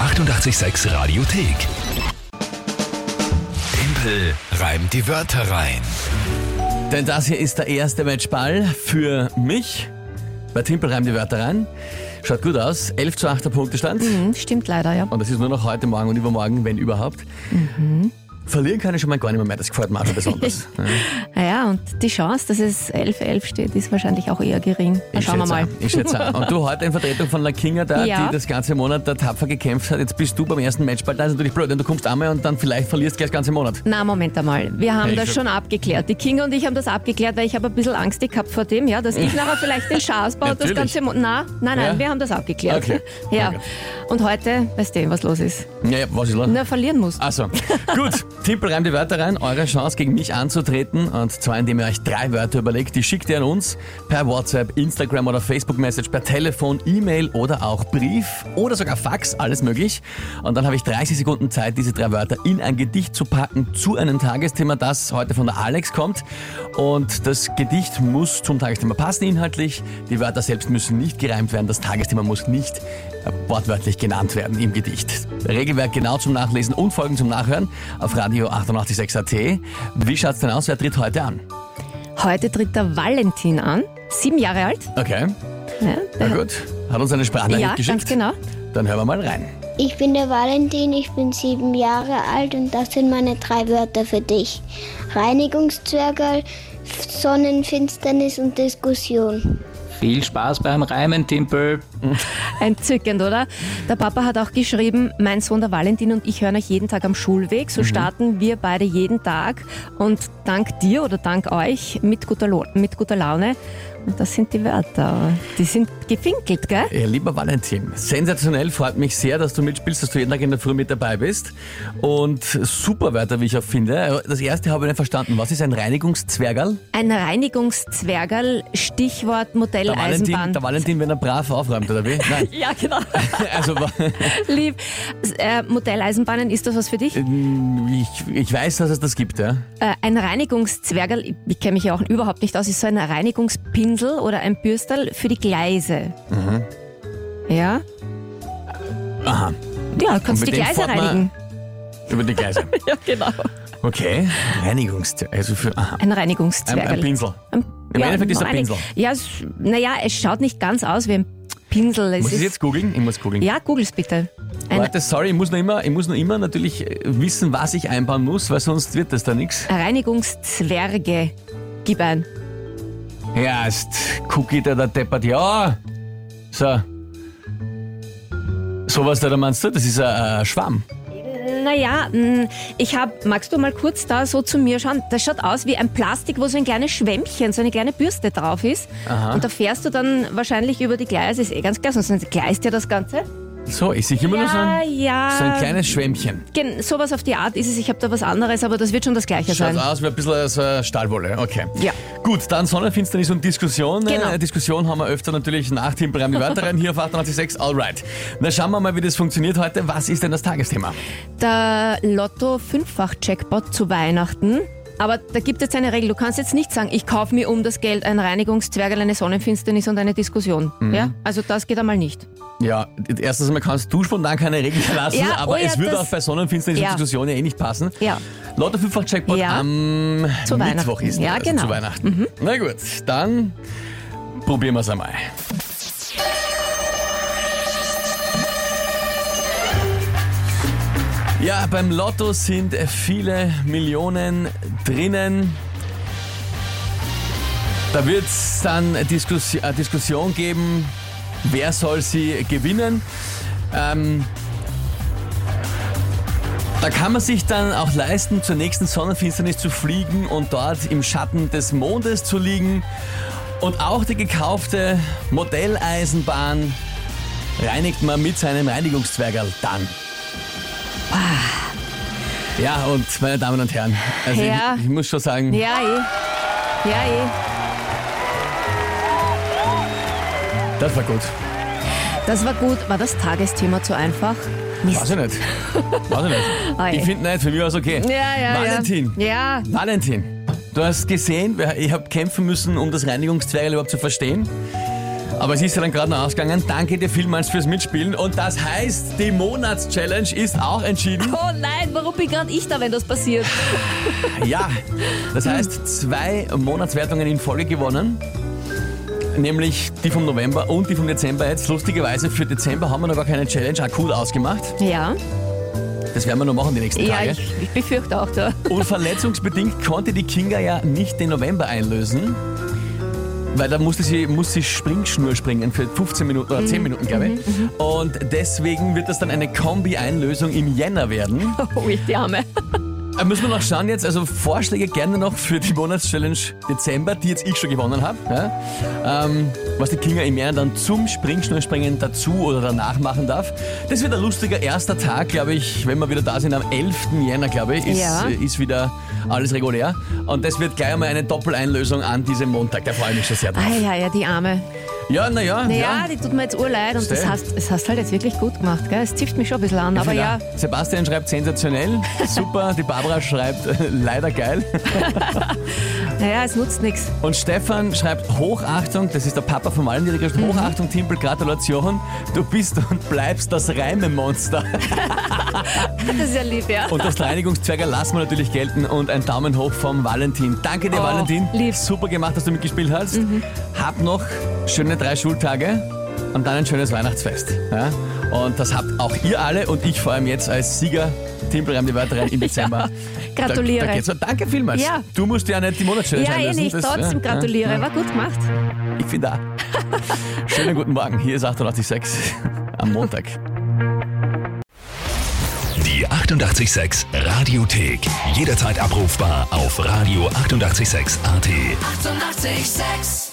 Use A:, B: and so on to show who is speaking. A: 886 Radiothek. Tempel reimt die Wörter rein.
B: Denn das hier ist der erste Matchball für mich. Bei Timpel reimen die Wörter rein. Schaut gut aus. 11 zu 8 der Punktestand.
C: Hm, stimmt leider, ja.
B: Und das ist nur noch heute, morgen und übermorgen, wenn überhaupt.
C: Mhm.
B: Verlieren kann ich schon mal gar nicht mehr. Das gefällt mir auch schon besonders. Ja,
C: Naja, Ah und die Chance, dass es 11-11 steht, ist wahrscheinlich auch eher gering. Na,
B: ich
C: schauen wir
B: schätze
C: mal.
B: an. Ich schätze an. Und du heute in Vertretung von La Kinga da,
C: Ja.
B: die das ganze Monat da tapfer gekämpft hat. Jetzt bist du beim ersten Matchball. Da ist natürlich blöd, denn du kommst einmal und dann vielleicht verlierst gleich das ganze Monat.
C: Na, Moment einmal. Wir haben
B: Hey,
C: das
B: schon-
C: schon abgeklärt. Die Kinga und ich haben das abgeklärt, weil ich habe ein bisschen Angst gehabt vor dem, ja, dass ich nachher vielleicht den Schaß baue und das
B: Natürlich.
C: ganze... Mo na, nein, nein,
B: Ja?
C: wir haben das abgeklärt.
B: Okay.
C: Ja.
B: Okay.
C: Und heute, weißt du, was los ist?
B: Ja, ja, was ist los?
C: Na, verlieren muss.
B: Also, gut, Timpel reimt die Wörter rein. Eure Chance gegen mich anzutreten. Und zwar, indem ihr euch drei Wörter überlegt. Die schickt ihr an uns per WhatsApp, Instagram oder Facebook-Message, per Telefon, E-Mail oder auch Brief oder sogar Fax, alles möglich. Und dann habe ich 30 Sekunden Zeit, diese drei Wörter in ein Gedicht zu packen zu einem Tagesthema, das heute von der Alex kommt. Und das Gedicht muss zum Tagesthema passen inhaltlich. Die Wörter selbst müssen nicht gereimt werden. Das Tagesthema muss nicht äh, wortwörtlich genannt werden im Gedicht. Regelwerk genau zum Nachlesen und Folgen zum Nachhören auf Radio 886 AT. Wie schaut's denn aus? Wer tritt heute an?
C: Heute tritt der Valentin an, sieben Jahre alt.
B: Okay,
C: Ja,
B: na
C: der-
B: gut. Hat uns eine Sprachnachricht
C: ja
B: geschickt.
C: ganz genau.
B: Dann hören wir mal rein.
D: Ich bin der Valentin, ich bin sieben Jahre alt und das sind meine drei Wörter für dich. Reinigungszwergerl, Sonnenfinsternis und Diskussion.
E: Viel Spaß beim Reimen, Timpel.
C: Entzückend, oder? Der Papa hat auch geschrieben, mein Sohn der Valentin und ich hören euch jeden Tag am Schulweg.
B: Mhm.
C: So starten wir beide jeden Tag und dank dir oder dank euch mit guter, Lo mit guter Laune. Und das sind die Wörter. Die sind gefinkelt, gell?
B: Ja, lieber Valentin, sensationell, freut mich sehr, dass du mitspielst, dass du jeden Tag in der Früh mit dabei bist. Und super Wörter, wie ich auch finde. Das erste habe ich nicht verstanden. Was ist ein Reinigungszwergerl?
C: Ein Reinigungszwergerl, Stichwort Modell
B: Der Valentin,
C: Eisenbahn.
B: der Valentin, wenn er brav aufräumt, oder wie? Nein,
C: ja, genau.
B: also
C: Lieb. S- Äh, Modell Eisenbahnen, ist das was für dich?
B: ich, ich weiß, dass es das gibt, ja.
C: Äh, ein Reinigungszwergerl, ich- ich kenne mich ja auch überhaupt nicht aus, ist so ein Reinigungspinsel oder ein Bürstel für die Gleise. Ja?
B: Mhm. Aha,
C: Ja, kannst
B: mit
C: du die
B: dem
C: Gleise
B: fährt man-
C: reinigen.
B: über die Gleise.
C: Ja, genau.
B: Okay, Reinigungszwergerl, also für, aha.
C: Ein
B: Ein,
C: Reinigungszwergerl.
B: ein Pinsel. Im Endeffekt ist ein
C: Reinig-
B: Pinsel.
C: Ja, es- naja, es schaut nicht ganz aus wie ein Pinsel. Es
B: Muss ich
C: ist,
B: jetzt googeln? Ich muss googeln.
C: ja, googles bitte. Ein
B: Leute, sorry, ich muss noch immer, ich muss noch immer natürlich äh, wissen, was ich einbauen muss, weil sonst wird das da nichts.
C: Reinigungszwerge. Gib ein.
B: Ja, ist Cookie da der deppert. Ja! So. Sowas da, da meinst du? Das ist ein äh, Schwamm.
C: Naja, mh, mm, ich hab, magst du mal kurz da so zu mir schauen? Das schaut aus wie ein Plastik, wo so ein kleines Schwämmchen, so eine kleine Bürste drauf ist.
B: Aha.
C: Und da fährst du dann wahrscheinlich über die Gleise, ist eh ganz klar, sonst gleist ja das Ganze.
B: So, ich sehe immer nur so
C: ja,
B: ein,
C: ja.
B: so ein kleines Schwämmchen.
C: Gen sowas auf die Art ist es, ich habe da was anderes, aber das wird schon das Gleiche
B: Schaut
C: sein.
B: aus wie ein bisschen so eine Stahlwolle, okay.
C: Also Ja.
B: Gut, dann Sonnenfinsternis und Diskussion.
C: Genau.
B: Äh, Diskussion haben wir öfter natürlich nach Tim Breim die Wörter rein hier auf 886. Alright. Na, schauen wir mal, wie das funktioniert heute. Was ist denn das Tagesthema?
C: Der Lotto-Fünffach-Jackpot zu Weihnachten. Aber da gibt es jetzt eine Regel. Du kannst jetzt nicht sagen, ich kaufe mir um das Geld ein Reinigungszwergel, eine Sonnenfinsternis und eine Diskussion.
B: Mhm.
C: Ja? Also das geht einmal nicht.
B: Ja, erstens einmal kannst du spontan keine Regeln lassen,
C: Ja,
B: aber
C: oh ja,
B: es würde
C: das-
B: auch bei Sonnenfinsternis
C: Ja.
B: und Diskussion ja eh nicht passen.
C: Ja.
B: Lauter Fünffach-Jackpot
C: Ja.
B: am
C: Zu
B: Mittwoch
C: Weihnachten.
B: ist
C: Ja,
B: also
C: genau.
B: zu Weihnachten. Na gut, dann probieren wir es einmal. Ja, beim Lotto sind viele Millionen drinnen. Da wird es dann Diskus äh, Diskussion geben, wer soll sie gewinnen. Ähm, da kann man sich dann auch leisten, zur nächsten Sonnenfinsternis zu fliegen und dort im Schatten des Mondes zu liegen. Und auch die gekaufte Modelleisenbahn reinigt man mit seinem Reinigungszwergerl dann. Ah. Ja, und meine Damen und Herren, also
C: Ja.
B: ich, ich muss schon sagen,
C: Ja, eh. Ja, eh.
B: das war gut.
C: eh. Das war gut. War das Tagesthema zu einfach?
B: Weiß ich nicht. Weiß ich nicht.
C: Ei.
B: Ich finde nicht, für mich war es okay.
C: Ja, ja,
B: Valentin,
C: ja. Ja,
B: Valentin, du hast gesehen, wir- ich habe kämpfen müssen, um das Reinigungszwergel überhaupt zu verstehen. Aber es ist ja dann gerade noch ausgegangen. Danke dir vielmals fürs Mitspielen. Und das heißt, die Monatschallenge ist auch entschieden.
C: Oh nein, warum bin gerade ich da, wenn das passiert?
B: Ja, das heißt, zwei Monatswertungen in Folge gewonnen. Nämlich die vom November und die vom Dezember jetzt. Lustigerweise für Dezember haben wir noch gar keine Challenge akut ausgemacht.
C: Ja,
B: Das werden wir noch machen die nächsten
C: ja,
B: Tage.
C: ich, ich befürchte auch da.
B: Und verletzungsbedingt konnte die Kinga ja nicht den November einlösen. Weil da musste sie, muss sie Springschnur springen für 15 Minuten oder 10 Minuten, glaube ich. Und deswegen wird das dann eine Kombi-Einlösung im Jänner werden.
C: Oh, ich die Arme.
B: Da Äh, müssen wir noch schauen jetzt, also Vorschläge gerne noch für die Monatschallenge Dezember, die jetzt ich schon gewonnen habe. Ja? Ähm, was die Kinga im Jänner dann zum Springschnurspringen dazu oder danach machen darf. Das wird ein lustiger erster Tag, glaube ich, wenn wir wieder da sind. Am 11. Jänner, glaube ich, ist,
C: Ja.
B: äh, ist wieder alles regulär. Und das wird gleich einmal eine Doppeleinlösung an diesem Montag. Da freue ich mich schon sehr drauf.
C: Ah, ja, ja, die Arme.
B: Ja, naja.
C: Naja, die tut mir jetzt urleid und das
B: Verstehe.
C: hast, das hast halt jetzt wirklich gut gemacht, gell? Es zifft mich schon ein bisschen an, aber ja,
B: Sebastian schreibt sensationell, super. Die Barbara schreibt äh, leider geil.
C: naja, es nutzt nichts.
B: Und Stefan schreibt Hochachtung, das ist der Papa von allen, die da geschrieben
C: Mhm.
B: haben, Hochachtung, Timpel, Gratulation, du bist und bleibst das Reimemonster.
C: Das ist ja lieb, ja.
B: Und das Reinigungszwerger lassen wir natürlich gelten und ein Daumen hoch vom Valentin. Danke dir,
C: Oh,
B: Valentin.
C: lieb. Mhm.
B: Super gemacht, dass du mitgespielt hast. Hab noch schöne drei Schultage und dann ein schönes Weihnachtsfest. Ja? Und das habt auch ihr alle und ich vor allem jetzt als Sieger. Timpel reimt die Wörter rein im Dezember. Da,
C: gratuliere.
B: da geht's. noch. Danke vielmals.
C: Ja.
B: Du musst ja nicht die Monatschallenge
C: ja, eh
B: einlösen.
C: nicht,
B: Das-
C: trotzdem
B: ja, ja.
C: gratuliere, war gut gemacht.
B: Ich bin da. Schönen guten Morgen. Hier ist 886 am Montag.
A: Die 886 Radiothek. Jederzeit abrufbar auf radio886.at. 886! 886.
F: 886